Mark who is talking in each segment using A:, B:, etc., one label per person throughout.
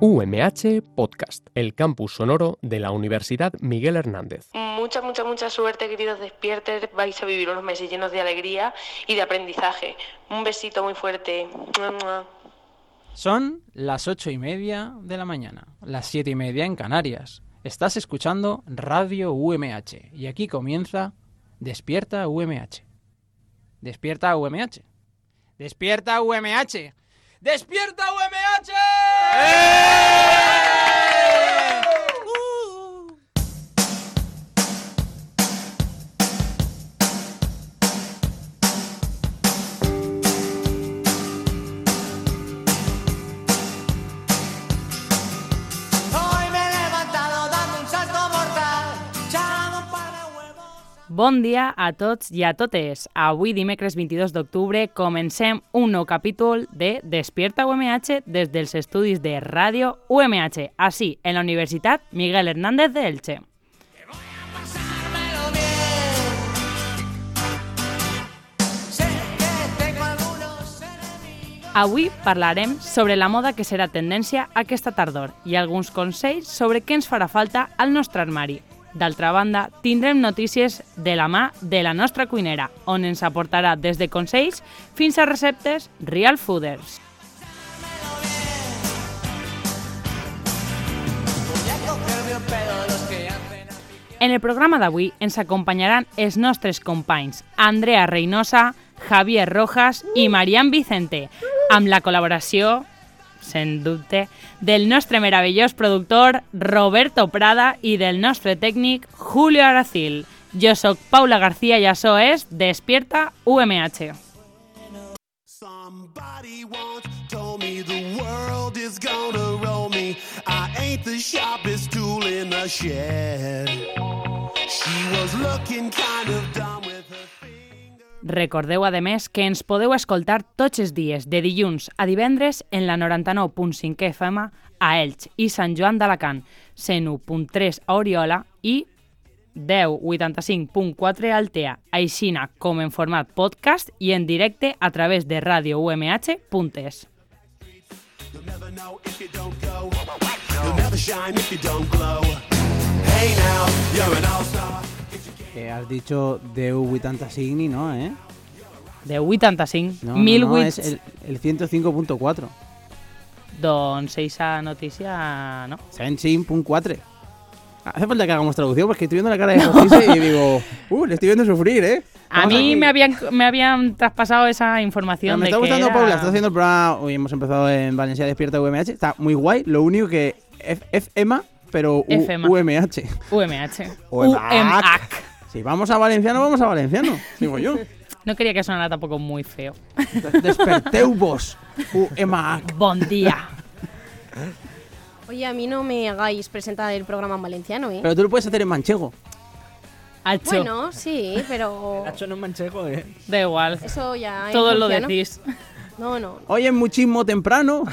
A: UMH Podcast, el campus sonoro de la Universidad Miguel Hernández.
B: Mucha, mucha, mucha suerte, queridos despiertes. Vais a vivir unos meses llenos de alegría y de aprendizaje. Un besito muy fuerte. Mua, mua.
C: Son las ocho y media de la mañana, las siete y media en Canarias. Estás escuchando Radio UMH y aquí comienza Despierta UMH. Despierta UMH. Despierta UMH. Despierta UMH. Uh.
D: Hoy me he levantado dando un salto mortal. Llamo para huevos.
E: Bon dia a tots i a totes. Avui, dimecres 22 d'octubre, comencem un nou capítol de Despierta UMH des dels estudis de Ràdio UMH, així, en la Universitat Miguel Hernández de Elche.
D: Pasármelo bien. Sé que tengo algunos enemigos.
E: Avui parlarem sobre la moda que serà tendència aquesta tardor i alguns consells sobre què ens farà falta al nostre armari. D'altra banda, tindrem notícies de la mà de la nostra cuinera, on ens aportarà des de consells fins a receptes real fooders.
D: Voy a coger bien pedo los que hacen a mí.
E: En el programa d'avui ens acompanyaran els nostres companys Andrea Reynosa, Javier Rojas i Marian Vicente, amb la col·laboració, sens dubte, del nostre meravellós productor Roberto Prada i del nostre tècnic Julio Aracil. Jo sóc Paula García i això és Despierta UMH.
F: Somebody once told me the world is gonna roll me. I ain't the sharpest tool in the shed. She was looking kind of dumb with her finger.
E: Recordeu, a més, que ens podeu escoltar tots els dies, de dilluns a divendres, en la 99.5 FM a Elx i Sant Joan d'Alacant, 101.3 a Oriola i 10.85.4 a Altea, aixina com en format podcast i en directe a través de radioumh.es.
F: You'll never know if you don't go. You'll never shine if you don't glow. Hey now, you're an all-star. If you can
G: Que has dicho DU80 Signi, ¿no? ¿Eh?
E: De 85,
G: No, no,
E: no,
G: no,
E: 1008...
G: es el, el 105.4.
E: Doncs eixa notícia, no?
G: 105.4. Hace falta que hagamos traducción porque estoy viendo la cara de José y digo, uh, le estoy viendo sufrir, ¿eh?
E: A
G: Estamos
E: mí
G: aquí.
E: me habían, me habían traspasado esa información
G: Me
E: de
G: está
E: que
G: gustando,
E: era-
G: Paula. Está haciendo el programa. Hoy hemos empezado en Valencia Despierta UMH. Está muy guay. Lo único que es FEMA, pero U-
E: FEMA.
G: UMH.
E: UMH.
G: UMH. Si vamos a valenciano, vamos a valenciano. Digo yo.
E: No quería que sonara tampoco muy feo.
G: Desperteu vos. UMH.
E: Bon día.
H: Oye, a mí no me hagáis presentar el programa en valenciano, ¿eh?
G: Pero tú lo puedes hacer en manchego.
E: Hacho.
H: Bueno, sí, pero
E: Da igual.
H: eso ya... en
E: Todo lo
H: murciano-
E: decís.
H: No, no.
G: Hoy es muchísimo temprano.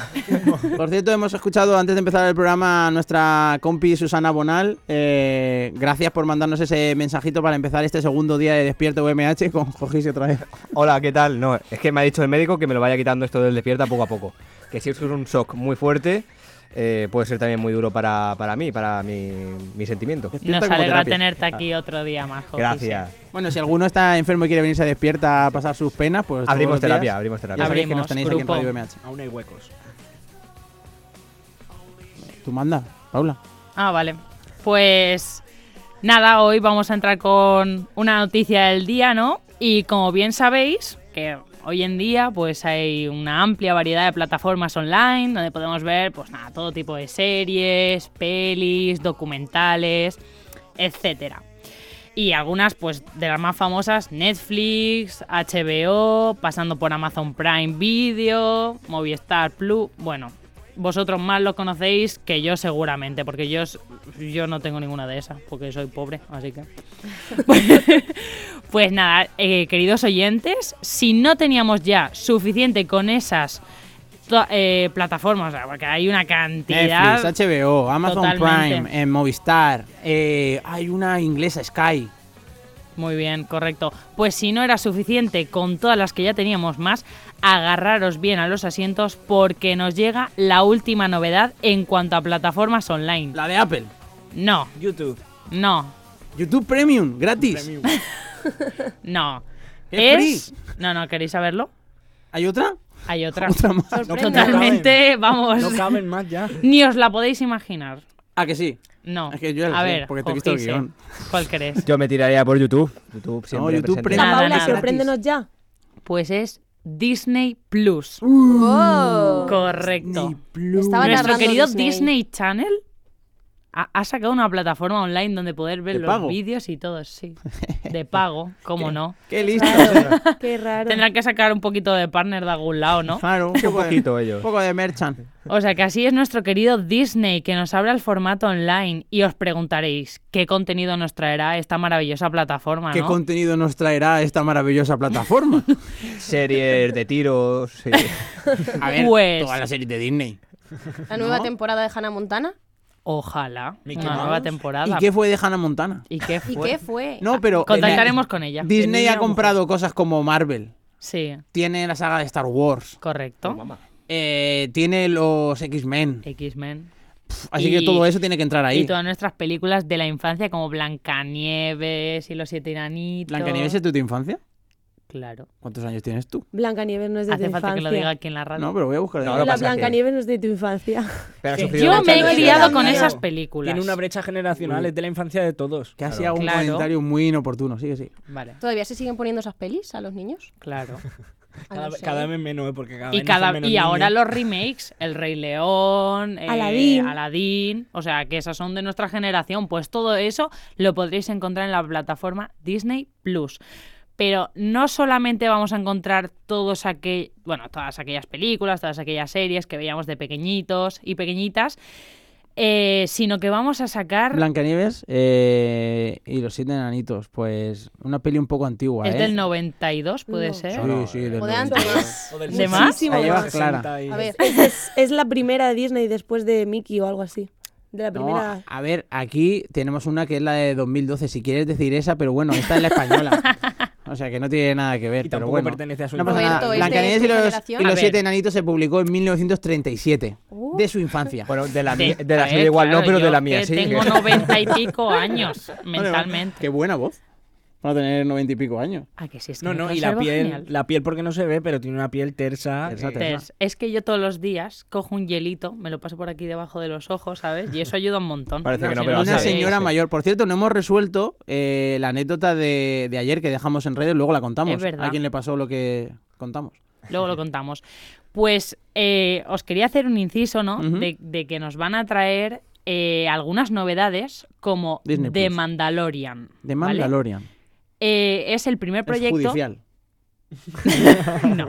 G: Por cierto, hemos escuchado antes de empezar el programa a nuestra compi Susana Bonal. Eh, gracias por mandarnos ese mensajito para empezar este segundo día de Despierto UMH con Jorge otra vez.
I: Hola, ¿qué tal? No, es que me ha dicho el médico que me lo vaya quitando esto del despierta poco a poco. Que si es un shock muy fuerte, eh, puede ser también muy duro para, para mí, para mi, mi sentimiento.
E: Nos
I: como
E: alegra
I: terapia.
E: tenerte aquí otro día más, Jorge.
I: Gracias.
G: Bueno, si alguno está enfermo y quiere venirse a despierta a pasar sus penas, pues. todos
I: Abrimos
G: los días,
I: terapia,
G: ya
I: abrimos terapia.
G: sabéis que
E: Abrimos
G: nos tenéis
E: grupo.
G: aquí en Radio UMH. Aún hay huecos. Tú manda, Paula.
E: Ah, vale. Pues nada, hoy vamos a entrar con una noticia del día, ¿no? Y como bien sabéis, que hoy en día pues hay una amplia variedad de plataformas online donde podemos ver pues nada, todo tipo de series, pelis, documentales, etcétera. Y algunas, pues, de las más famosas, Netflix, HBO, pasando por Amazon Prime Video, Movistar Plus. Bueno, vosotros más lo conocéis que yo seguramente, porque yo, s- yo no tengo ninguna de esas, porque soy pobre, así que... Pues nada, eh, queridos oyentes, si no teníamos ya suficiente con esas to- eh, plataformas, porque hay una cantidad...
G: Netflix, HBO, Amazon
E: Totalmente.
G: Prime, eh, Movistar. eh, hay una inglesa, Sky.
E: Muy bien, correcto. Pues si no era suficiente con todas las que ya teníamos más, agarraros bien a los asientos porque nos llega la última novedad en cuanto a plataformas online.
G: La de Apple,
E: No,
G: YouTube.
E: no,
G: YouTube Premium, gratis.
E: no.
G: ¡Qué
E: Es... No, no, ¿queréis saberlo?
G: ¿Hay otra?
E: Hay otra.
G: Otra más.
E: Totalmente, vamos.
J: No caben más ya.
E: Ni os la podéis imaginar.
G: Ah, que sí.
E: No.
G: Es que yo ya la
E: a
G: sé,
E: ver,
G: porque te he visto el
E: Jorgise,
G: guión.
E: ¿Cuál crees?
I: Yo me tiraría por YouTube. YouTube siempre
G: YouTube
I: presente.
G: Premium.
E: Nada,
K: Ana Paula,
E: nada.
K: sorpréndenos ya.
E: Pues es Disney Plus.
G: Oh.
K: Wow.
E: Correcto.
K: Estaba
E: Nuestro
K: tardando
E: querido Disney,
K: Disney.
E: Channel ha, ha sacado una plataforma online donde poder ver
G: ¿De
E: los
G: pago?
E: vídeos y todo, sí. De pago, cómo no.
G: Qué listo.
K: Qué raro.
E: Tendrán que sacar un poquito de partner de algún lado, ¿no?
G: Claro, un poco de,
I: poquito ellos.
G: un poco de merchant.
E: O sea que así es nuestro querido Disney que nos abre el formato online y os preguntaréis qué contenido nos traerá esta maravillosa plataforma,
G: ¿Qué
E: Ah, ¿no?
G: contenido nos traerá esta maravillosa plataforma?
I: Series de tiros. sí.
G: A
E: Pues-
G: toda la serie de Disney.
H: La nueva temporada de Hannah Montana.
E: Ojalá.
J: Mickey
E: una
J: Mouse.
E: nueva
G: ¿Y
E: temporada.
G: qué fue de Hannah Montana?
E: ¿Y qué
H: ¿Y
E: fue?
H: qué fue?
G: No, pero eh,
E: Contactaremos con ella.
G: Disney
J: niña
G: ha
J: o mujer?
G: comprado cosas como Marvel.
E: Sí,
G: Tiene la saga de Star Wars. Pues
E: correcto.
G: eh, tiene los X-Men.
E: X-Men.
G: Así que
E: y-
G: todo eso tiene que entrar ahí.
E: Y todas nuestras películas de la infancia como Blancanieves y los siete enanitos.
G: ¿Blancanieves es de tu infancia?
E: Claro.
G: ¿Cuántos años tienes tú?
K: Blanca Nieves no es de
E: Hace
K: tu
E: falta
K: infancia.
E: que lo diga aquí en la radio.
G: No, pero voy a buscar.
I: No, lo
K: la
I: pasa que-
K: Blanca Nieves no es de tu infancia.
I: Pero ha
J: Sí.
I: sufrido
E: Yo
I: mucho
E: me
I: en
E: he
I: la
E: criado
I: escuela.
E: con
K: Claro.
E: esas películas.
J: Tiene una brecha generacional, es de la infancia de todos.
G: que ha sido un
E: Claro.
G: comentario muy inoportuno. Sí, que sí.
E: Vale,
H: ¿Todavía se siguen poniendo esas pelis a los niños?
E: claro.
H: A
J: Cada,
H: no ser-
J: cada vez menos, ¿eh? porque cada
E: Y,
J: vez
E: cada,
J: nacen menos
E: y ahora
J: niños.
E: los remakes, El Rey León, eh,
K: Aladín.
E: Aladín, o sea, que esas son de nuestra generación, pues todo eso lo podréis encontrar en la plataforma Disney Plus. Pero no solamente vamos a encontrar todos aquel, bueno, todas aquellas películas, todas aquellas series que veíamos de pequeñitos y pequeñitas, eh, sino que vamos a sacar...
G: Blancanieves eh, y los siete enanitos. Pues una peli un poco antigua,
E: es
G: ¿eh?
E: del 92, puede
K: No.
E: ser.
G: Sí, sí, del
H: O de
G: 90.
H: antes.
J: O del
E: ¿De más?
J: 60
G: La llevas
J: y-
G: clara.
H: A ver,
K: Es, es- es la primera de Disney después de Mickey o algo así. De la
G: No,
K: primera.
G: a ver, aquí tenemos una que es la de 2012, si quieres decir esa, pero bueno, esta es la española. O sea que no tiene nada que ver,
J: Y
G: pero
J: tampoco
G: bueno.
J: pertenece a su
G: No pasa nada.
H: Roberto, ¿este
G: Blancanieves
H: es
G: y
H: tu
G: los,
H: generación?
G: y los
E: A ver.
G: siete enanitos se publicó en 1937, de su infancia.
I: Bueno, de la,
E: Sí,
I: mía- de la
E: eh,
I: suya igual
E: claro,
I: no, pero
E: yo
I: de la mía
E: que
I: sí.
E: Tengo noventa y pico años mentalmente.
G: Qué buena voz. Para tener 90 y pico años.
E: Ah, que sí, es que
J: No,
E: me
J: no, y la
E: conservo
J: piel,
E: genial.
J: la piel porque no se ve, pero tiene una piel tersa. eh,
G: Tersa,
J: que-
G: tersa.
E: Entonces, es que yo todos los días cojo un hielito, me lo paso por aquí debajo de los ojos, ¿sabes? Y eso ayuda un montón.
I: Parece que no,
E: sé,
I: pero
G: una
I: sí,
E: sabéis.
G: señora
I: sí.
G: mayor. Por cierto, no hemos resuelto eh, la anécdota de, de ayer que dejamos en redes, luego la contamos.
E: Es verdad.
G: A quién le pasó lo que contamos.
E: Luego lo contamos. Pues eh, os quería hacer un inciso, ¿no?
G: Ujú.
E: de, de que nos van a traer eh, algunas novedades como
G: Disney
E: The
G: Plus.
E: Mandalorian.
G: De
E: ¿vale?
G: Mandalorian.
E: Eh, es el primer
G: Es
E: proyecto.
G: judicial.
E: No.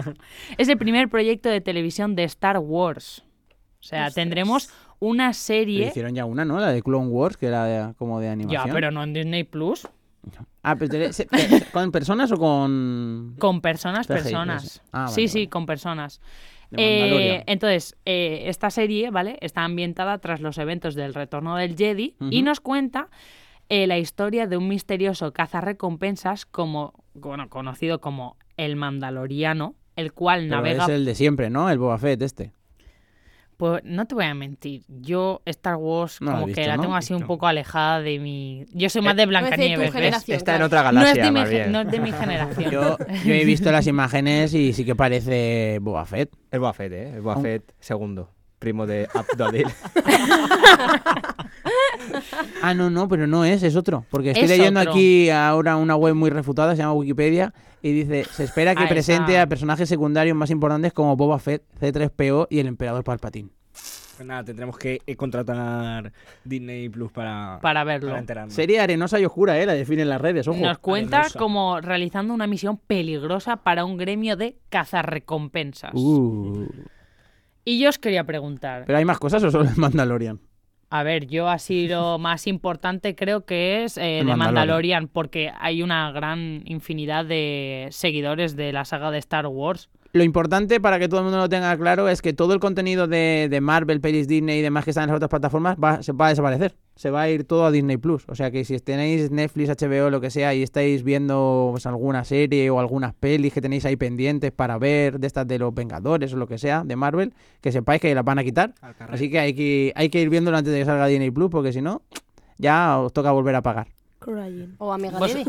E: Es el primer proyecto de televisión de Star Wars. O sea, tendremos una
G: Le
E: serie.
G: hicieron ya una, ¿no? La de Clone Wars, que era de- como de
E: Ya,
G: animación.
E: pero no en Disney Plus.
G: Ah, pero te- se- pe- ¿con personas o con...?
E: Con personas,
G: Está ahí,
E: personas.
G: ese. Ah, vale,
E: sí, sí,
G: vale.
E: con personas.
G: De
E: Eh,
G: Mandalorian.
E: entonces, eh, esta serie, ¿vale? Está ambientada tras los eventos del retorno del Jedi y
G: Ujú.
E: nos cuenta eh, la historia de un misterioso cazarrecompensas como, bueno, conocido como el Mandaloriano, el cual
G: Pero
E: navega.
G: es el de siempre, ¿no? El Boba Fett este.
E: Pues no te voy a mentir, yo Star Wars
G: No la he
E: como que
G: visto,
E: la
G: ¿no?
E: tengo así un poco alejada de mi. Yo soy más de
H: Eh, no es de tu
E: Blancanieves, ¿ves?
H: generación.
I: Está en
H: claro.
I: otra
E: No es,
I: galaxia,
E: de mi
I: más
E: ge-
I: bien.
E: no es de mi generación.
G: Yo, yo he visto las imágenes y sí que parece Boba Fett.
I: El Buffett, ¿eh? El Buffett segundo. Primo de Abdadil.
G: Ah, no, no, pero no es, es otro. Porque estoy
E: Es
G: leyendo
E: otro.
G: aquí ahora una web muy refutada, se llama Wikipedia, y dice, se espera que
E: Ah,
G: presente
E: esa.
G: a personajes secundarios más importantes como Boba Fett, C3PO y el emperador Palpatine.
J: Pues nada, tendremos que eh, contratar Disney Plus para,
E: Para verlo.
J: enterarnos.
G: Serie arenosa y oscura, ¿eh? La definen las redes, ojo.
E: Nos cuenta
J: arenosa.
E: como realizando una misión peligrosa para un gremio de cazarrecompensas.
G: Uh,
E: Y yo os quería preguntar,
G: pero hay más cosas o solo es Mandalorian.
E: a ver, yo así lo más importante creo que es eh,
G: El
E: de
G: Mandalorian.
E: Mandalorian, porque hay una gran infinidad de seguidores de la saga de Star Wars.
G: lo importante para que todo el mundo lo tenga claro es que todo el contenido de, de Marvel, pelis Disney y demás que están en las otras plataformas va, se va a desaparecer. Se va a ir todo a Disney Plus. O sea que si tenéis Netflix, HBO, lo que sea, y estáis viendo pues, alguna serie o algunas pelis que tenéis ahí pendientes para ver, de estas de los Vengadores o lo que sea, de Marvel, que sepáis que las van a quitar. Así que hay, que hay que ir viéndolo antes de que salga Disney Plus, porque si no, ya os toca volver a pagar.
H: O a Mega
E: Vos-
H: Dede.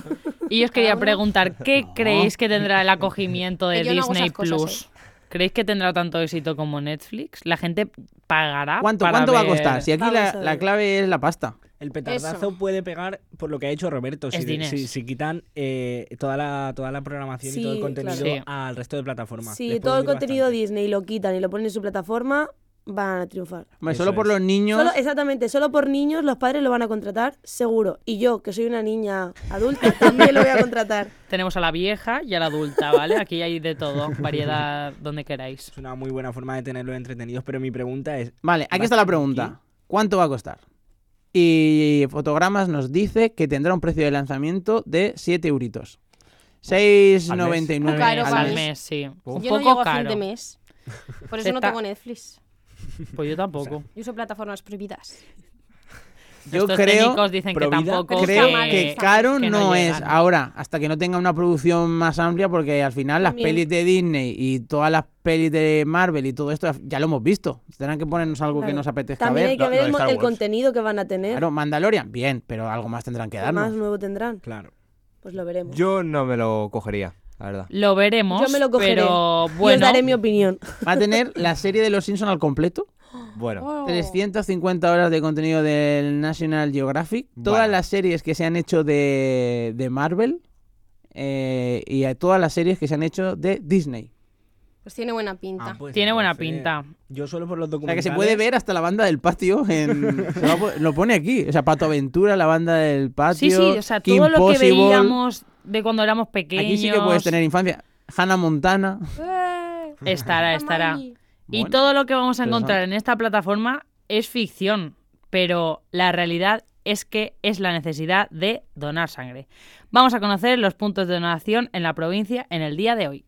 E: Y yo os quería
H: Cada uno.
E: preguntar, ¿qué creéis que tendrá el acogimiento de
H: Que yo no hago
E: Disney
H: esas cosas,
E: Plus? ¿Creéis que tendrá tanto éxito como Netflix? ¿La gente pagará?
G: ¿Cuánto,
E: Ah, para
G: cuánto va a
E: ver-
G: costar? Si aquí la, la clave es la pasta.
J: El petardazo puede pegar por lo que ha hecho Roberto.
E: Es
J: Si,
E: dinés.
J: si- si quitan eh, toda, la, toda la programación y todo el
K: Sí,
J: contenido
K: claro. Sí.
J: al resto de plataformas.
K: Si
J: Les puede
K: todo el
J: venir
K: contenido Disney lo quitan y lo ponen en su plataforma, van a triunfar.
G: Hombre,
J: Eso
G: solo por los niños.
K: Solo- exactamente, solo por niños los padres lo van a contratar, seguro. Y yo, que soy una niña adulta, también lo voy a contratar.
E: Tenemos a la vieja y a la adulta, ¿vale? Aquí hay de todo, variedad donde queráis.
J: Es una muy buena forma de tenerlos entretenidos, pero mi pregunta es...
G: Vale, aquí está la pregunta. ¿Cuánto va a costar? Y Fotogramas nos dice que tendrá un precio de lanzamiento de 7 euritos. 6,99
H: Muy
K: Ah,
H: caro,
G: al
H: vale.
E: Al mes, sí. Un
H: Yo no
E: poco
H: llego a fin
E: caro.
H: de mes. Por
E: Se
H: eso no
E: está-
H: tengo Netflix.
E: Pues yo tampoco.
H: Yo uso plataformas prohibidas.
G: Yo
E: Estos
G: creo-
E: técnicos dicen que
J: Provida-
E: tampoco.
G: Creo
E: que-
G: que caro
E: que
G: no, es.
E: llegan.
G: Ahora, hasta que no tenga una producción más amplia, porque al final las
K: También.
G: pelis de Disney y todas las pelis de Marvel y todo esto ya lo hemos visto. Tendrán que ponernos algo que
K: Claro.
G: nos apetezca
K: También hay
G: ver.
K: que
I: Lo-
K: ver
I: lo de
K: el, mo-
I: Star
K: el
I: Wars.
K: contenido que van a tener.
G: Claro, Mandalorian, bien, pero algo más tendrán que
K: ¿Qué más
G: darnos.
K: nuevo tendrán?
J: Claro.
K: Pues lo veremos.
I: Yo no me lo cogería, la verdad.
E: Lo veremos,
K: Yo me lo cogeré.
E: pero
K: Y os
E: bueno.
K: daré mi opinión.
G: Va a tener la serie de los Simpsons al completo.
K: Oh.
I: Bueno,
G: 350 horas de contenido del National Geographic, todas
I: Vale.
G: las series que se han hecho de, de Marvel eh, y a todas las series que se han hecho de Disney.
H: Pues tiene buena
J: Ah,
H: pinta.
J: pues
E: Tiene buena
J: entonces,
E: pinta.
J: Yo solo por los
G: O sea que
J: documentales...
G: se puede ver hasta la banda del patio. en- se va a po- lo pone aquí. O sea, Pato Aventura, la banda del patio.
E: Sí, sí, o sea,
G: Kim
E: todo lo que
G: Possible.
E: veíamos de cuando éramos pequeños.
G: Aquí sí que puedes tener infancia. Hannah Montana.
H: Eh,
E: Estará, estará. Y
G: Bueno,
E: todo lo que vamos a
G: interesante.
E: encontrar en esta plataforma es ficción, pero la realidad es que es la necesidad de donar sangre. Vamos a conocer los puntos de donación en la provincia en el día de hoy.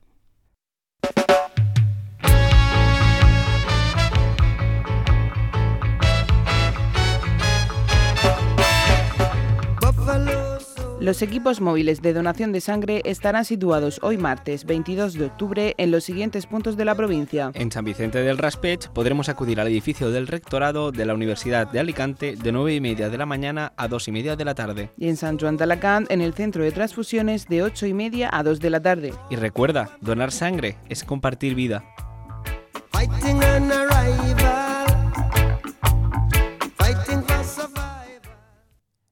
L: Los equipos móviles de donación de sangre estarán situados hoy martes 22 de octubre en los siguientes puntos de la provincia.
M: En San Vicente del Raspech podremos acudir al edificio del Rectorado de la Universidad de Alicante de 9 y media de la mañana a 2 y media de la tarde.
L: Y en San Juan de Alacant, en el centro de transfusiones, de 8 y media a 2 de la tarde.
M: Y recuerda, donar sangre es compartir vida.
D: Fighting an arrival. Fighting for survival.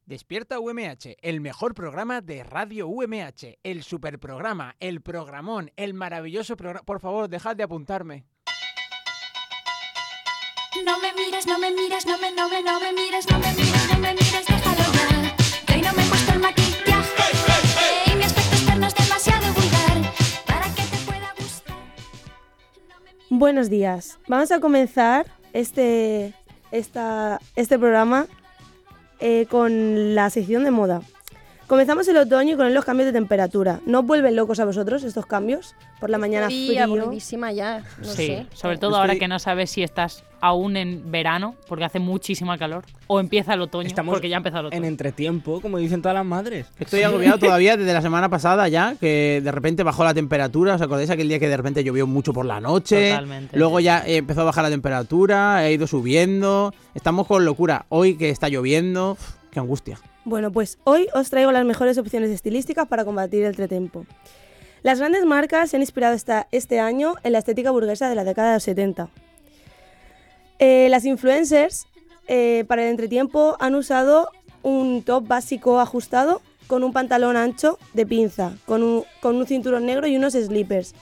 G: Despierta UMH, el mejor programa de Radio UMH, el superprograma, el programón, el maravilloso programa. Por favor, dejad de apuntarme.
N: No me mires, no me mires, no me, no me, no me mires, no me mires, no me mires, déjalo ya. Que hoy no me he puesto el maquillaje y mi aspecto externo es demasiado vulgar para que te pueda gustar.
K: Buenos días. Vamos a comenzar este, esta- este programa eh, con la sección de moda. Comenzamos el otoño y con él los cambios de temperatura. ¿No os vuelven locos a vosotros estos cambios? Por la mañana
H: Estoy
K: frío.
H: aburridísima ya. No
E: sí,
H: sé.
E: sobre todo ahora que no sabes si estás aún en verano, porque hace muchísima calor, o empieza el otoño,
J: Estamos
E: porque ya empieza el
J: En
E: otoño.
J: entretiempo, como dicen todas las madres.
G: Estoy agobiado todavía desde la semana pasada ya, que de repente bajó la temperatura. ¿Os acordáis aquel día que de repente llovió mucho por la noche?
E: Totalmente.
G: Luego ya eh, empezó a bajar la temperatura, ha ido subiendo. Estamos con locura. Hoy que está lloviendo, uf, qué angustia.
K: Bueno, pues hoy os traigo las mejores opciones estilísticas para combatir el tretempo. Las grandes marcas se han inspirado esta- este año en la estética burguesa de la década de los 70. Eh, las influencers eh, para el entretiempo han usado un top básico ajustado con un pantalón ancho de pinza, con un, con un cinturón negro y unos slippers.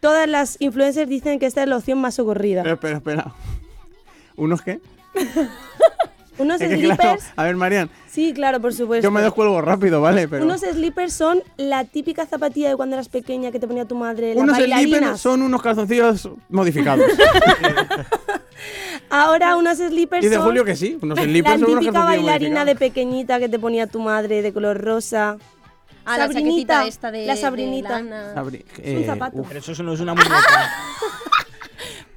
K: Todas las influencers dicen que esta es la opción más socorrida.
G: espera, espera. ¿Unos qué?
K: Unos slippers,
G: a ver, Marian,
K: sí, claro, por supuesto.
G: descuelgo rápido, ¿vale?
K: Unos slippers son la típica zapatilla de cuando eras pequeña que te ponía tu madre. las
G: Unos slippers
K: bailarinas.
G: son unos calzoncillos modificados.
K: Ahora unos slippers
G: Dice
K: son
G: Julio que sí, unos slippers
K: la
G: son unos
K: típica
G: calzoncillos
K: bailarina de
G: modificados.
K: pequeñita que te ponía tu madre de color rosa.
H: Ah, la
K: Sabrinita,
H: chaquetita esta de-
K: la
H: de
K: sabrinita.
H: lana.
G: Sabri-
J: Es un
G: eh,
J: zapato.
G: uf.
J: Pero eso no es una muñeca.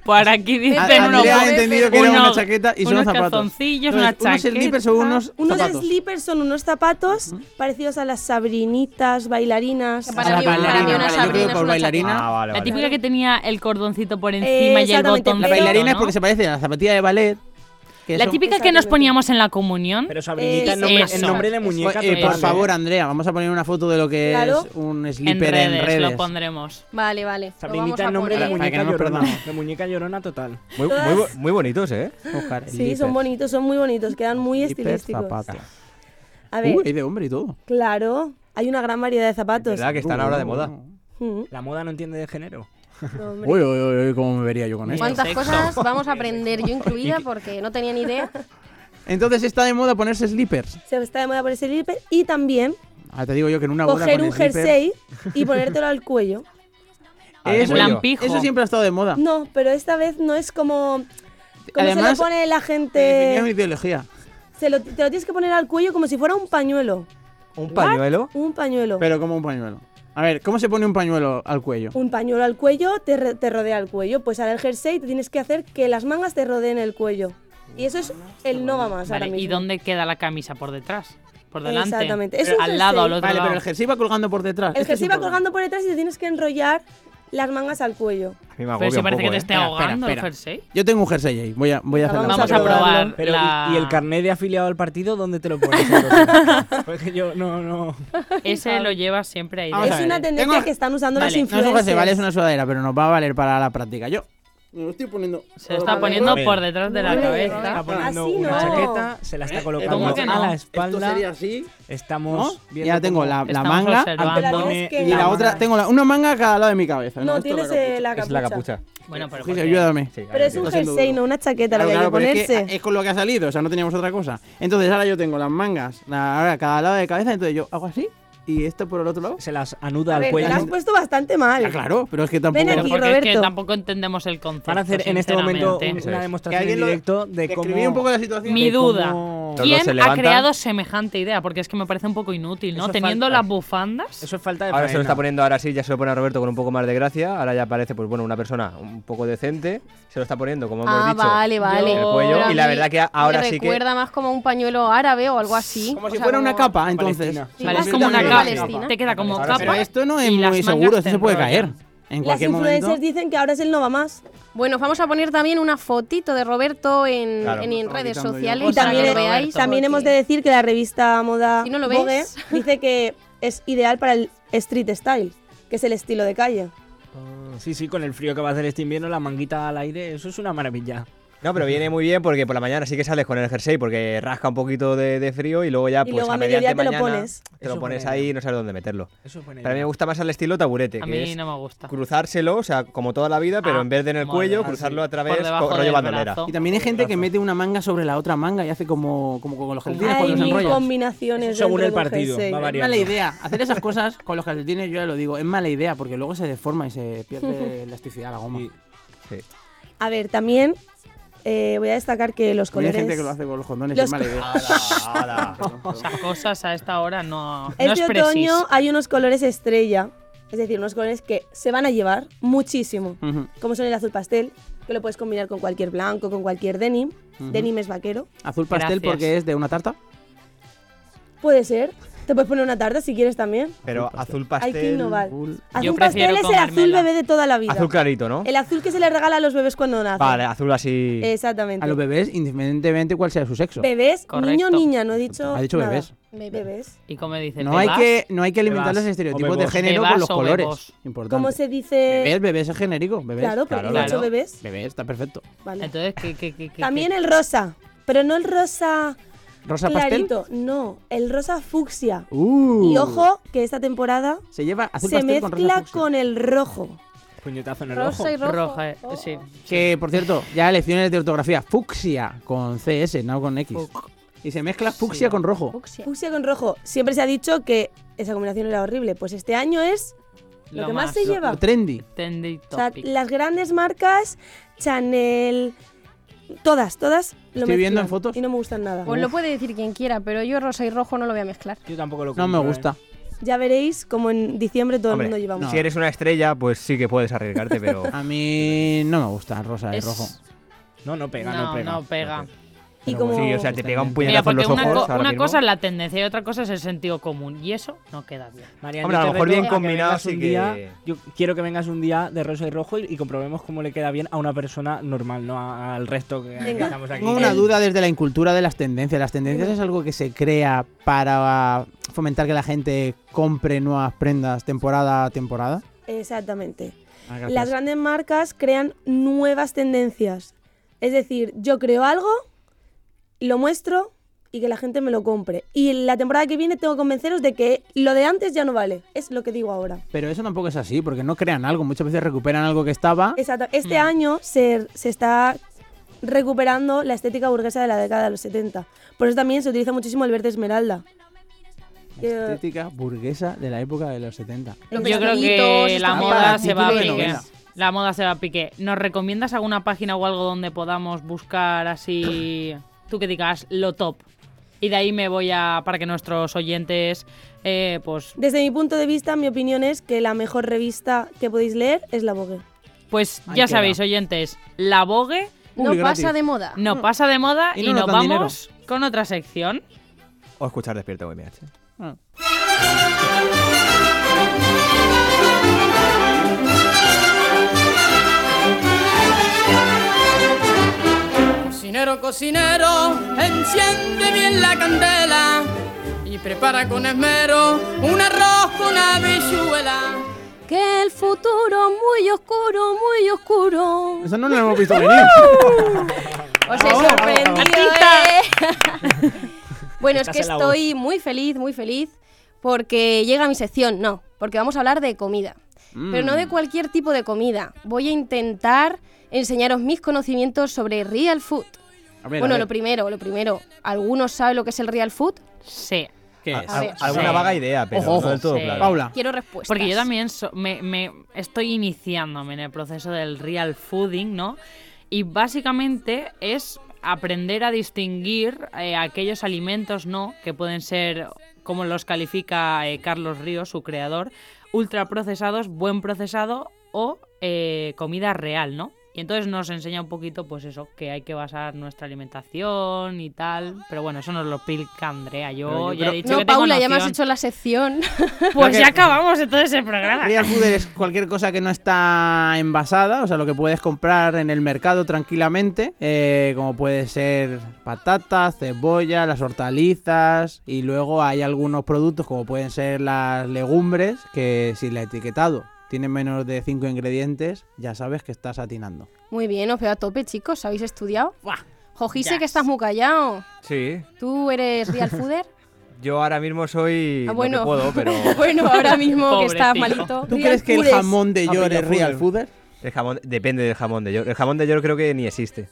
E: Por aquí
G: A-
E: dicen unos
G: Andrea ha entendido que era una
E: unos-
G: chaqueta y son
E: unos
G: zapatos.
E: calzoncillos,
G: No,
E: una
G: es unos slippers son unos
K: Unos
G: zapatos.
K: slippers son unos zapatos parecidos a las sabrinitas, bailarinas.
G: para mí- para mí una Yo creo que sabrina es por una bailarina- chaqueta. Ah, vale,
E: la
G: vale.
E: típica que tenía el cordoncito por encima y el
K: exactamente,
E: botón.
G: La bailarina es porque se parece a la zapatilla de ballet. que
E: La
G: son-
E: típica que nos poníamos en la comunión.
J: Pero
E: sabrinita,
J: el nombre- el nombre de muñeca
G: Eh,
J: te
G: por
J: vale.
G: favor, Andrea, vamos a poner una foto de lo que
H: Claro.
G: es un slipper en redes.
E: lo pondremos.
H: Vale, vale. lo vamos
J: Sabrinita,
H: a
J: el nombre de
H: poner.
G: Para que
J: muñeca
G: no nos
J: llorona.
G: perdamos.
J: De muñeca llorona total.
I: Muy, muy, bo- muy bonitos, ¿eh?
K: Sí, son bonitos, son muy bonitos, quedan muy estilísticos. A ver,
G: Uy, hay de hombre y todo.
K: claro, hay una gran variedad de zapatos.
I: verdad que están ahora de moda.
K: Mm.
J: La moda no entiende de género.
K: Hombre.
G: Uy, uy, uy, uy, cómo me vería yo con esto.
H: ¿Cuántas cosas vamos a aprender? Yo incluida porque no tenía ni idea.
G: Entonces está de moda ponerse slippers.
K: Se Pues está de moda ponerse slipper y también
G: Ah, te digo yo que en una boda
K: coger
G: con
K: un
G: slipper-
K: jersey y ponértelo al cuello.
G: Eso,
E: En Ah, plan pijo.
G: eso siempre ha estado de moda.
K: No, pero esta vez no es como como se
G: Además, eh,
K: lo pone la
G: Tenía mi
K: gente.
G: ideología.
K: Se lo, te lo tienes que poner al cuello como si fuera un pañuelo.
G: ¿Un
I: pañuelo?
K: Un pañuelo.
G: Pero como un pañuelo. A ver, ¿cómo se pone un pañuelo al cuello?
K: Un pañuelo al cuello te, re- te rodea el cuello. Pues ahora el jersey te tienes que hacer que las mangas te rodeen el cuello. Y eso es el no va más
E: Vale,
K: ahora
E: ¿Y
K: mismo.
E: dónde queda la camisa? ¿Por detrás? ¿Por delante?
K: Exactamente. Es un
E: al lado, al
K: jersey.
E: otro
G: Vale, pero
E: lado.
G: el jersey va colgando por detrás.
K: El
G: Este es
K: jersey
G: un
K: va
G: problema.
K: colgando por detrás y te tienes que enrollar las mangas al cuello.
I: Pero
E: Pero si
I: ¿eh?
E: parece que te esté
G: Espera, espera,
E: ahogando
G: espera.
E: el jersey.
G: Yo tengo un jersey ahí. Voy a, voy a hacer la
E: Vamos a
G: prueba.
E: probar
J: Pero, ¿y-
E: la-
J: ¿y, el carnet de afiliado al partido dónde te lo pones? entonces? Porque yo no, no.
E: Ese lo llevas siempre ahí.
G: Vamos
E: dentro.
G: a
K: Es una
G: ver, eh,
K: tendencia
G: tengo-
K: que están usando
G: Vale,
K: las
G: no es un
K: influencers.
G: jersey, vale, es una sudadera, pero nos va a valer para la práctica. Yo. Me lo estoy poniendo.
E: Se está poniendo
J: Bien.
E: por detrás de la
J: Vale,
E: cabeza.
J: Está poniendo
K: Así
J: una
K: no.
J: chaqueta, se la
I: ¿Eh?
J: está colocando
E: ¿Cómo que
J: a
E: no?
J: la espalda.
G: así.
J: Estamos
G: ¿No?
J: viendo
G: Ya tengo
J: cómo-
G: la, la
E: Estamos
G: manga
E: observando.
K: Pero
J: Pone
K: es que-
G: y la otra.
J: manga.
G: Tengo la- una manga a cada lado de mi cabeza.
K: No,
G: Esto
K: tienes
G: es la
K: eh, la,
I: Es
K: capucha.
I: la capucha.
E: Bueno, pero
G: capucha.
E: porque-
G: ayúdame.
K: Pero es un
G: Lo siento,
K: jersey,
G: duro.
K: no una chaqueta
G: Claro,
K: la que hay que
G: claro, pero es, que
K: ponerse.
G: es con lo que ha salido, o sea, no teníamos otra cosa. Entonces ahora yo tengo las mangas la- ahora cada lado de cabeza, entonces yo hago así y esto por el otro lado.
J: Se las anuda
K: A
J: al
K: ver, te
J: cuello.
K: la has puesto bastante mal.
G: Ah, eh, claro, pero es que tampoco.
K: Ven
E: pero
K: aquí,
E: porque es que
K: Roberto.
E: tampoco entendemos el concepto.
J: Van a hacer en este momento un-
E: sinceramente.
J: una demostración
G: alguien
J: en
G: lo-
J: directo de cómo.
G: Describí un poco la situación.
E: Mi
J: de
E: duda.
J: cómo-
I: Todos se
E: ¿Quién ha
I: levantan.
E: creado semejante idea? Porque es que me parece un poco inútil, ¿no?
J: Eso
E: Teniendo
J: falta.
E: las bufandas.
J: Eso es falta de
I: Ahora se lo
J: faena.
I: está poniendo, ahora sí, ya se lo pone a Roberto con un poco más de gracia. Ahora ya parece, pues bueno, una persona un poco decente. Se lo está poniendo, como hemos
H: Ah,
I: dicho.
H: vale, vale.
I: El cuello,
H: Pero a
I: y la
H: mí
I: verdad que ahora
H: me
I: sí que-
H: Recuerda más como un pañuelo árabe o algo así.
G: Como
H: O
G: si
H: sea,
G: fuera una
H: como-
G: capa, entonces.
J: Palestina.
E: Vale, es
G: Pues Sí,
E: como una
G: sí,
E: capa.
G: sí,
H: Palestina.
E: Te queda como
I: Ahora sí.
E: capa.
G: Pero esto no es
E: y las
G: muy
E: mangas
G: seguro,
E: te
G: esto se puede caer.
E: enrollan.
G: En
K: Las
G: cualquier
K: influencers
G: momento.
K: dicen que ahora es el no va más.
H: Bueno, vamos a poner también una fotito de Roberto en,
I: Claro.
H: en, en redes
G: quitando yo.
H: sociales.
K: Y también,
H: para que lo veáis,
K: también
H: porque-
K: hemos de decir que la revista Moda
H: Si no lo
K: Vogue
H: ves.
K: dice que es ideal para el street style, que es el estilo de calle.
J: Sí, sí, con el frío que va a hacer este invierno, la manguita al aire, eso es una maravilla.
I: No, pero viene muy bien porque por la mañana sí que sales con el jersey porque rasca un poquito de, de frío y luego ya,
K: Y
I: pues
K: luego a
I: mediante
K: mediodía te lo
I: mañana
K: pones.
I: te lo
J: Eso
I: pones
J: pone-
I: ahí y no sabes dónde meterlo.
J: Eso es buena
I: Pero a mí me
J: idea.
I: gusta más el estilo taburete,
E: A
I: que
E: mí
I: es
E: no me gusta.
I: cruzárselo, o sea, como toda la vida, pero
E: Ah,
I: en vez de en el
E: vale,
I: cuello,
E: ah, sí.
I: cruzarlo a través
E: Por debajo
I: con rollo
E: del
I: bandolera.
E: brazo.
G: Y también hay gente que mete una manga sobre la otra manga y hace como, como con los calcetines
K: Hay
G: cuando los
K: mil
G: enrollas.
K: combinaciones.
J: Según
K: dentro
J: el
K: de un
J: partido,
K: jersey.
J: va
G: Es
J: variando.
G: mala idea. Hacer esas cosas con los calcetines, yo ya lo digo, es mala idea porque luego se deforma y se pierde elasticidad la goma.
I: Sí.
J: Sí.
K: A ver, también eh, voy a destacar que los
G: Porque
K: colores.
G: hay gente que lo hace con los condones,
K: Los
G: es mala idea.
I: Ala, ala.
E: Cosas a esta hora no, no
K: Este
E: es preciso.
K: otoño hay unos colores estrella, es decir, unos colores que se van a llevar muchísimo,
G: Ujú.
K: como son el azul pastel, que lo puedes combinar con cualquier blanco, con cualquier denim. Denim es vaquero.
G: Azul pastel
E: Gracias.
G: porque es de una tarta.
K: Puede ser. Te puedes poner una tarta si quieres también.
I: Pero azul
K: Hay
I: pastel.
K: que innovar.
G: azul-
E: Yo
K: Azul
E: prefiero
K: pastel es el azul
E: comérmela.
K: bebé de toda la vida.
I: Azul clarito, ¿no?
K: El azul que se le regala a los bebés cuando nacen.
I: Vale, azul así.
K: Exactamente.
G: A los bebés, independientemente cuál sea su sexo.
K: Bebés,
E: Correcto.
K: niño, niña, no he dicho.
G: Ha dicho
K: nada.
G: bebés.
H: Bebé.
K: Bebés.
E: Y como dice,
G: No
E: ¿te
G: hay
E: vas?
G: que, no hay que alimentar
J: Bebas
G: los
J: o
G: estereotipos de
J: bebos.
G: género
E: Bebas
G: con los
E: o
G: colores.
E: bebos.
G: Importante.
K: ¿Cómo se dice?
G: Bebés, bebés es genérico. Bebés.
K: Claro, pero
I: Claro,
K: he dicho
E: claro.
K: bebés.
G: Bebés, está perfecto.
K: Vale.
E: Entonces, ¿qué, qué, qué, qué-
K: También
E: qué?
K: el rosa, pero no el rosa
G: Rosa pastel.
K: clarito, no, el rosa fucsia.
G: Uh.
K: Y ojo que esta temporada
G: Se lleva azul
K: se
G: pastel con rosa
K: mezcla
G: fucsia.
K: con el rojo.
J: Puñetazo en el ojo.
H: Rosa y rojo. Oh,
E: roja. eh,
K: Oh.
E: Sí.
G: Que, por cierto, ya lecciones de ortografía. Fucsia con CS, no con X. Y se mezcla fucsia con rojo.
H: Fucsia.
K: Fucsia con rojo. Siempre se ha dicho que esa combinación era horrible, pues este año es lo,
E: Lo
K: que más,
E: más.
K: se
G: Lo-
K: lleva.
G: lo trendy.
E: Trendy
K: O sea,
E: topic.
K: las grandes marcas, Chanel, todas, todas lo
G: Estoy viendo
K: mezclan
G: en fotos.
K: y no me gustan nada.
H: Pues lo puede decir quien quiera, pero yo rosa y rojo no lo voy a mezclar.
J: Yo tampoco lo
G: No me
J: compro, ¿eh?
G: gusta.
K: Ya veréis como en diciembre todo
I: Hombre,
K: el mundo Ah, llevamos.
I: si eres una estrella, pues sí que puedes arriesgarte, pero...
G: A mí no me gusta rosa
K: y Es- rojo.
J: ¿eh? No, no pega, no,
E: No,
J: pega.
E: no pega.
K: Y como...
I: Sí, o sea, te pega un
E: Mira,
I: puñetazo en
E: porque
I: los ojos
E: una, co-
I: ahora
E: una
I: mismo.
E: cosa es la tendencia y otra cosa es el sentido común. Y eso no queda bien.
J: Marian,
I: Hombre,
J: yo
I: a lo
J: te
I: mejor
J: reto
I: bien
J: a que
I: combinado
J: vengas
I: sí
J: un
I: que-
J: día- yo quiero que vengas un día de rosa y rojo y, y comprobemos cómo le queda bien a una persona normal, no a- al resto que, que
K: Venga.
J: estamos aquí.
G: Tengo una duda desde la incultura de las tendencias. ¿Las tendencias es algo que se crea para fomentar que la gente compre nuevas prendas temporada a temporada?
K: Exactamente.
G: Ah, gracias.
K: Las grandes marcas crean nuevas tendencias. Es decir, yo creo algo, lo muestro y que la gente me lo compre. Y la temporada que viene tengo que convenceros de que lo de antes ya no vale. Es lo que digo ahora.
G: Pero eso tampoco es así, porque no crean algo. Muchas veces recuperan algo que estaba.
K: Exacto. Este
G: Mm.
K: año se, se está recuperando la estética burguesa de la década de los 70. Por eso también se utiliza muchísimo el verde esmeralda. Eh,
G: Estética burguesa de la época de los 70.
E: Yo creo que
K: pestañitos,
E: la
K: esta
E: moda
G: ropa.
E: se va a
G: Título de
E: pique.
G: novela.
E: La moda se va a pique. ¿Nos recomiendas alguna página o algo donde podamos buscar así, tú que digas, lo top? Y de ahí me voy a, para que nuestros oyentes, eh, pues,
K: Desde mi punto de vista, mi opinión es que la mejor revista que podéis leer es La Vogue.
E: pues
K: Ahí
E: ya
K: queda.
E: sabéis, oyentes, la Vogue
K: No Publi pasa gratis. de moda.
E: No,
K: No.
E: pasa de moda
K: Mm. Y
E: y,
K: no nos
E: nos
K: dan
E: vamos con otra sección.
I: O escuchar Despierta UMH.
O: Cocinero, cocinero, enciende bien la candela y prepara con esmero un arroz con habichuela.
P: Que el futuro muy oscuro, muy oscuro.
G: Eso Oh, no lo hemos visto venir.
P: Os he sorprendido. ¿eh? bueno, es
G: Estás
P: que
G: en la voz.
P: estoy muy feliz, muy feliz porque llega mi sección, no, porque vamos a hablar de comida. Pero no de
G: Mm.
P: cualquier tipo de comida. Voy a intentar enseñaros mis conocimientos sobre real food.
G: A ver,
P: bueno,
G: a ver.
P: lo primero, lo primero. ¿Algunos saben lo que es el real food?
E: Sí.
I: ¿Qué
P: A- es? a ver,
I: alguna
E: sí.
I: vaga idea, pero
G: Ojo,
I: no del
G: ojo.
I: todo
G: Sí.
I: claro.
G: Paula.
P: Quiero respuestas.
E: Porque yo también so- me, me estoy iniciándome en el proceso del real fooding, ¿no? Y básicamente es aprender a distinguir eh, aquellos alimentos, ¿no? Que pueden ser, como los califica eh, Carlos Ríos, su creador, ultraprocesados, buen procesado o eh, comida real, ¿no? Y entonces nos enseña un poquito, pues eso, que hay que basar nuestra alimentación y tal. Pero bueno, eso nos lo explica Andrea. Yo,
P: Pero yo
E: ya
P: creo-
E: he dicho
P: No,
E: que tengo
P: Paula, ya me has
E: noción.
P: hecho la sección.
E: Pues ya acabamos entonces el programa.
G: Real food es cualquier cosa que no está envasada, o sea, lo que puedes comprar en el mercado tranquilamente, eh, como puede ser patatas, cebolla, las hortalizas, y luego hay algunos productos como pueden ser las legumbres, que si el etiquetado tiene menos de 5 ingredientes, ya sabes que estás atinando.
P: Muy bien, os veo a tope, chicos. ¿Habéis estudiado? Jojise, que estás muy callado.
I: Sí,
P: ¿Tú eres real fooder?
I: yo ahora mismo soy...
P: Ah,
I: lo que
P: bueno.
I: puedo, pero...
P: Bueno, ahora mismo que estás
I: Pobrecito.
P: malito.
G: ¿Tú
P: Real
G: crees que el
P: fooders.
G: jamón de York es real fooder?
I: El jamón, depende del jamón de York. El jamón de York creo que ni existe.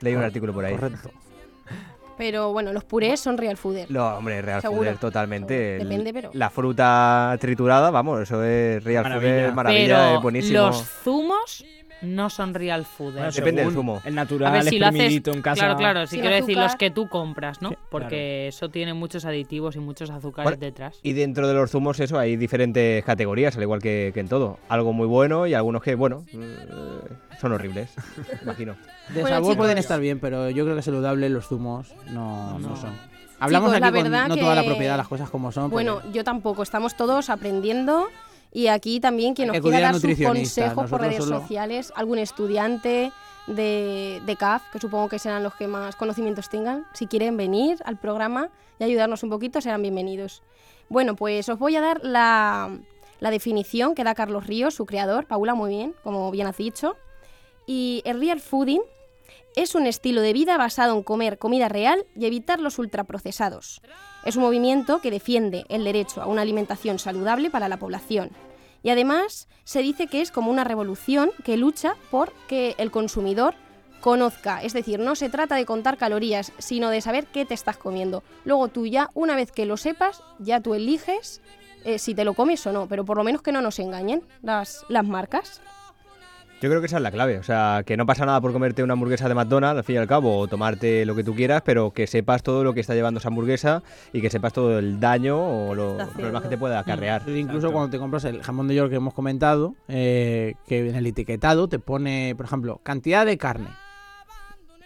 I: Leí un
G: Cor-
I: artículo por ahí.
G: correcto.
P: Pero bueno, los purés son real fooder.
I: No, hombre, real
P: Seguro.
I: fooder totalmente. El-
P: Depende, pero-
I: La fruta triturada, vamos, eso es real
J: Maravilla.
I: fooder, maravilla,
J: Pero
I: es buenísimo.
E: Los zumos no son real food.
J: Bueno,
I: Depende del
J: según
I: zumo.
J: El natural,
E: A ver, si lo haces,
J: exprimidito en casa.
E: claro, claro, si
J: Sin
E: quiero decir
J: azúcar.
E: los que tú compras, ¿no? Porque
J: claro.
E: eso tiene muchos aditivos y muchos azúcares
I: Bueno,
E: detrás.
I: Y dentro de los zumos, eso, hay diferentes categorías, al igual que, que en todo. Algo muy bueno y algunos que, bueno, eh, son horribles, imagino.
G: De
P: Bueno,
G: sabor
P: chicos.
G: pueden estar bien, pero yo creo que saludable los zumos no, no son. Hablamos
P: Chicos, la
G: aquí con
P: verdad
G: no toda la
P: que-
G: propiedad, las cosas como son. porque-
P: Bueno, yo tampoco. Estamos todos aprendiendo. Y aquí también quien
G: Hay
P: nos
G: que
P: quiera
G: acudir a
P: dar sus
G: nutricionistas,
P: consejos por
G: nosotros
P: redes
G: solo-
P: sociales, algún estudiante de, de CAF, que supongo que serán los que más conocimientos tengan, si quieren venir al programa y ayudarnos un poquito, serán bienvenidos. Bueno, pues os voy a dar la, la definición que da Carlos Ríos, su creador, Paula, muy bien, como bien has dicho. Y el real fooding es un estilo de vida basado en comer comida real y evitar los ultraprocesados. Es un movimiento que defiende el derecho a una alimentación saludable para la población. Y además se dice que es como una revolución que lucha por que el consumidor conozca. Es decir, no se trata de contar calorías, sino de saber qué te estás comiendo. Luego tú ya, una vez que lo sepas, ya tú eliges eh, si te lo comes o no, pero por lo menos que no nos engañen las, las marcas.
I: Yo creo que esa es la clave, o sea, que no pasa nada por comerte una hamburguesa de McDonald's, al fin y al cabo, o tomarte lo que tú quieras, pero que sepas todo lo que está llevando esa hamburguesa y que sepas todo el daño o los
G: Está
I: problemas que
G: haciendo.
I: te pueda acarrear.
G: Incluso cuando te compras el jamón de York que hemos comentado, eh, que en el etiquetado te pone, por ejemplo, cantidad de carne,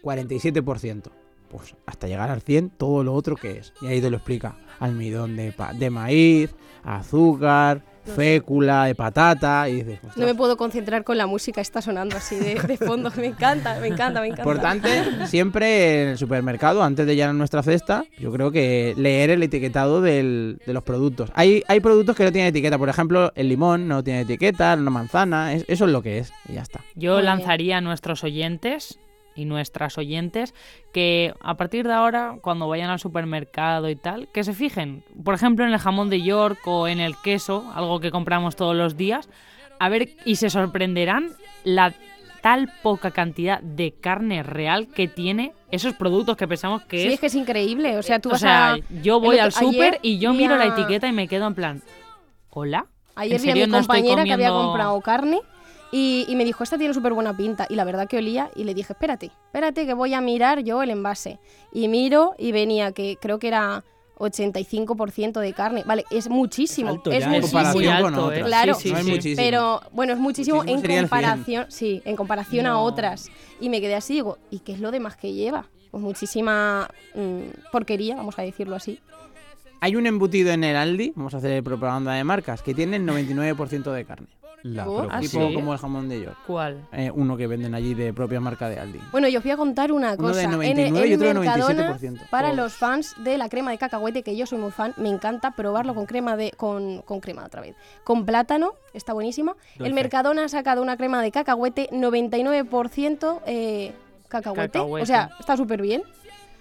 G: 47%. Pues hasta llegar al 100, todo lo otro que es. Y ahí te lo explica. Almidón de, pa- de maíz, azúcar, fécula de patata. Y dices,
K: No me puedo concentrar con la música, está sonando así de, de fondo. Me encanta, me encanta, me encanta.
G: Importante, siempre en el supermercado, antes de llenar nuestra cesta, yo creo que leer el etiquetado del- de los productos. Hay, hay productos que no tienen etiqueta, por ejemplo, el limón no tiene etiqueta, una manzana, es- eso es lo que es, y ya está.
E: Yo lanzaría a nuestros oyentes y nuestras oyentes que a partir de ahora, cuando vayan al supermercado y tal, que se fijen, por ejemplo, en el jamón de York o en el queso, algo que compramos todos los días, a ver, y se sorprenderán la tal poca cantidad de carne real que tiene esos productos que pensamos que
K: Sí,
E: es...
K: es que es increíble. O sea, tú
E: o
K: vas
E: sea,
K: a.
E: yo
K: el
E: voy
K: otro-
E: al súper
K: ayer
E: y yo
K: vi
E: miro la
K: a-
E: etiqueta y me quedo en plan, ¿hola?
K: Ayer
E: ¿En
K: vi a
E: serio
K: mi
E: no estoy
K: compañera que había
E: comiendo-
K: comprado carne y, y me dijo, esta tiene súper buena pinta. Y la verdad que olía y le dije, espérate, espérate que voy a mirar yo el envase. Y miro y venía que creo que era 85% de carne. Vale, es muchísimo.
G: alto
K: Es
G: ya, en
K: muchísimo.
G: comparación con Muy alto, otras. ¿eh?
K: Claro,
G: Sí, sí, No es sí. muchísimo.
K: pero bueno, es muchísimo,
G: Muchísimo sería
K: en
G: el 100.
K: comparación, sí, en comparación a
E: No.
K: otras. Y me quedé así y digo, ¿y qué es lo demás que lleva? Pues muchísima mm, porquería, vamos a decirlo así.
G: Hay un embutido en el Aldi, vamos a hacer propaganda de marcas, que tiene el 99% de carne.
I: La
K: Oh, propia. ¿ah,
G: tipo
K: sí?
G: como el jamón de York.
E: ¿Cuál?
G: Eh, uno que venden allí de propia marca de Aldi.
K: Bueno, yo os voy a contar una
G: Uno
K: cosa.
G: de
K: En el-
G: 99
K: en
G: y otro de
K: Mercadona,
G: 97%.
K: Para
G: Oh.
K: los fans de la crema de cacahuete, que yo soy muy fan, me encanta probarlo con crema de con, con crema otra vez. Con plátano, está buenísima.
E: Dulce.
K: El Mercadona ha sacado una crema de cacahuete 99% eh, cacahuete.
E: Cacahuete.
K: O sea, está súper bien.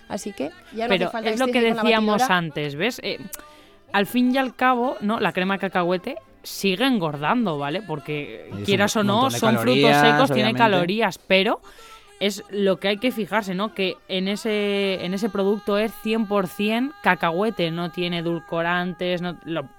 K: Así que ya no
E: pero
K: hace falta
E: es lo
K: estéis
E: que
K: con la
E: decíamos
K: batidora.
E: antes, ¿ves? Eh, al fin y al cabo, ¿no? La crema de cacahuete sigue engordando, ¿vale? Porque
G: son
E: quieras o
G: un
E: no,
G: montón de
E: son frutos
G: calorías,
E: secos, tiene
G: obviamente.
E: calorías, pero es lo que hay que fijarse, ¿no? Que en ese, en ese producto es 100% cacahuete, no tiene edulcorantes, no, lo-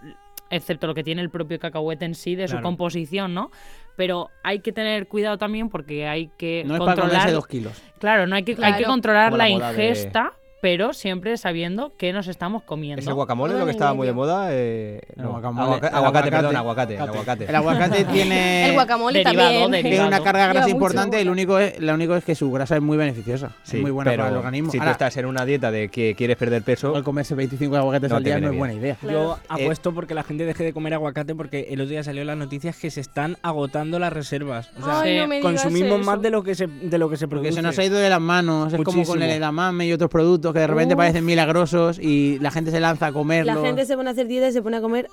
E: excepto lo que tiene el propio cacahuete en sí de su
G: Claro.
E: composición, ¿no? Pero hay que tener cuidado también porque hay que
G: No es para
E: controlar
G: comerse dos kilos.
E: Claro, no hay que, hay que
K: Claro.
E: controlar
I: Como
E: la,
I: la moda de-
E: ingesta, pero siempre sabiendo que nos estamos comiendo.
I: ¿Es el guacamole lo que estaba muy de moda? Eh, no,
G: guacamole,
I: aguaca-
G: el
I: aguacate,
G: aguacate.
I: perdón, aguacate. El aguacate,
G: El aguacate tiene.
Q: Eh,
K: El guacamole Derivado, también.
G: Tiene
K: derivado.
G: una carga
K: Lleva
G: grasa
K: mucho
G: importante. El único es, lo único es que su grasa es muy beneficiosa.
I: Sí,
G: es muy buena
I: pero
G: para el organismo.
I: Si
G: Ahora,
I: tú estás en una dieta de que quieres perder peso. Al
G: comerse 25 aguacates al día no es buena idea.
J: Yo apuesto porque la gente deje de comer aguacate porque el otro día salió en las noticias que se están agotando las reservas. O
K: Ah,
J: sea,
G: Ay, no me digas
J: consumimos
G: eso.
J: más de lo que se de lo que se
G: Porque
J: produce.
G: se nos ha ido de las manos. Es como con
J: Muchísimo.
G: el edamame y otros productos que de repente
Q: Uf.
G: parecen milagrosos y la gente se lanza a
Q: La
G: comerlos.
Q: gente se pone a hacer dieta y se pone a comer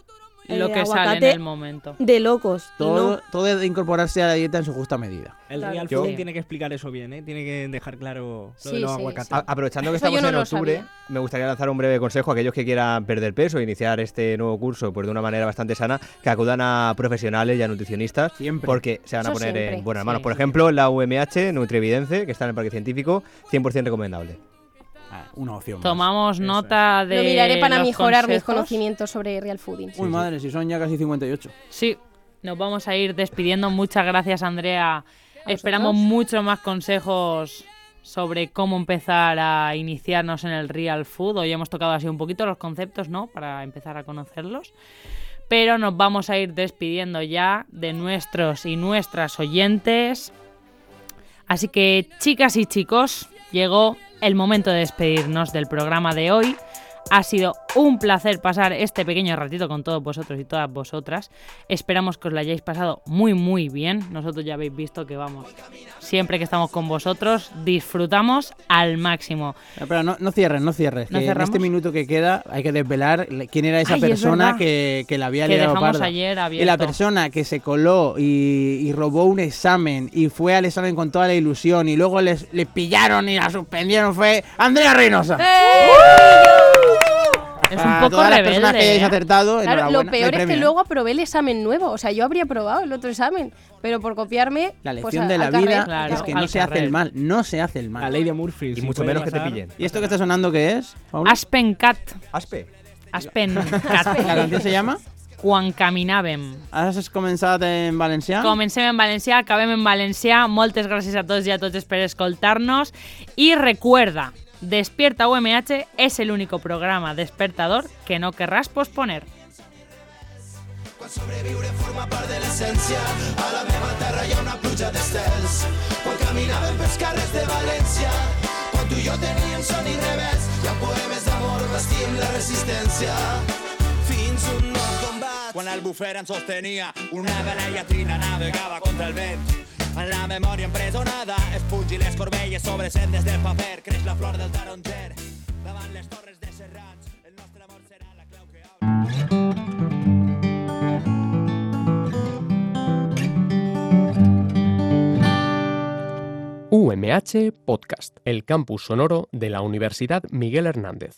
E: Lo
Q: eh,
E: que sale en
Q: aguacate
E: el momento.
Q: De locos. Y
G: Todo,
Q: no-
G: todo es de incorporarse a la dieta en su justa medida.
J: El
Q: Claro.
J: real
Q: Yo-
J: fooding tiene que explicar eso bien, ¿eh? Tiene que dejar claro lo de
Q: Sí,
J: los
Q: sí,
J: aguacates.
I: A- Aprovechando que
J: Eso yo
I: estamos
J: no
I: en
J: lo
I: octubre,
J: sabía.
I: me gustaría lanzar un breve consejo a aquellos que quieran perder peso e iniciar este nuevo curso pues, de una manera bastante sana, que acudan a profesionales y a nutricionistas, porque se van a
R: Eso
I: poner
R: siempre,
I: en buenas manos.
R: sí.
I: Por ejemplo, la UMH Nutrividence, que está en el Parque Científico, 100% recomendable.
G: Ah, Una opción.
E: Tomamos nota de.
K: Lo miraré para
E: los
K: mejorar mis
E: consejos.
K: conocimientos sobre real fooding.
G: Uy, madre, si son ya casi 58.
E: Sí, nos vamos a ir despidiendo. Muchas gracias, Andrea. Esperamos muchos más consejos sobre cómo empezar a iniciarnos en el real food. Hoy hemos tocado así un poquito los conceptos, ¿no? Para empezar a conocerlos. Pero nos vamos a ir despidiendo ya de nuestros y nuestras oyentes. Así que, chicas y chicos, llegó el momento de despedirnos del programa de hoy. Ha sido un placer pasar este pequeño ratito con todos vosotros y todas vosotras. Esperamos que os lo hayáis pasado muy, muy bien. Nosotros ya habéis visto que vamos. Siempre que estamos con vosotros, disfrutamos al máximo.
G: Pero no, no cierres, no cierres.
E: ¿No
G: que en
E: cerramos?
G: este minuto que queda hay que desvelar le- quién era esa
E: Ay, es
G: persona
E: verdad.
G: que, que la había
E: Que
G: liado
E: dejamos
G: parda.
E: ayer
G: Y la
E: abierto.
G: persona que se coló y, y robó un examen y fue al examen con toda la ilusión y luego les, les pillaron y la suspendieron fue Andrea Reynosa.
Q: ¡Eh!
E: Es
G: Para
E: un poco
G: todas las
E: rebelde.
G: personas que hayáis
E: ¿eh?
G: acertado,
K: Claro, lo
G: enhorabuena, no hay
K: peor es que
G: premio, ¿eh?
K: luego aprobé el examen nuevo. O sea, yo habría aprobado el otro examen, pero por copiarme.
G: La
K: pues,
G: lección
K: a-
G: de la
K: al carrer.
G: vida
K: Claro.
G: es que no se hace el mal, no se hace el mal. La
J: ley de Murphy. Y
I: mucho menos que te pillen.
G: ¿Y esto que está sonando qué es? Paula?
E: Aspen Cat.
I: Aspe.
E: Aspen
G: ¿La
E: Cat.
G: canción se llama?
E: quan caminàvem.
G: Has començat en valencià?
E: Comencem en valencià, acabem en valencià. Moltes gràcies a tots i a totes per escoltar-nos. I recuerda, Despierta UMH es el único programa despertador que no querrás posponer.
F: forma part de l'essència. A la meva terra hi ha una pluja d'estels. Quan caminàvem pels carrers de València, quan tu i jo teníem son i revés, hi ha poemes d'amor vestint la resistència. Fins un nou combat. Quan l'albufera ens sostenia, una vela llatina navegava contra el vent. En la memòria empresonada, es pungi les corbelles sobre sendes del paper, creix la flor del taronger. Davant les torres de Serrats, el nostre amor serà la clau que
A: UMH Podcast, el campus sonoro de la Universidad Miguel Hernández.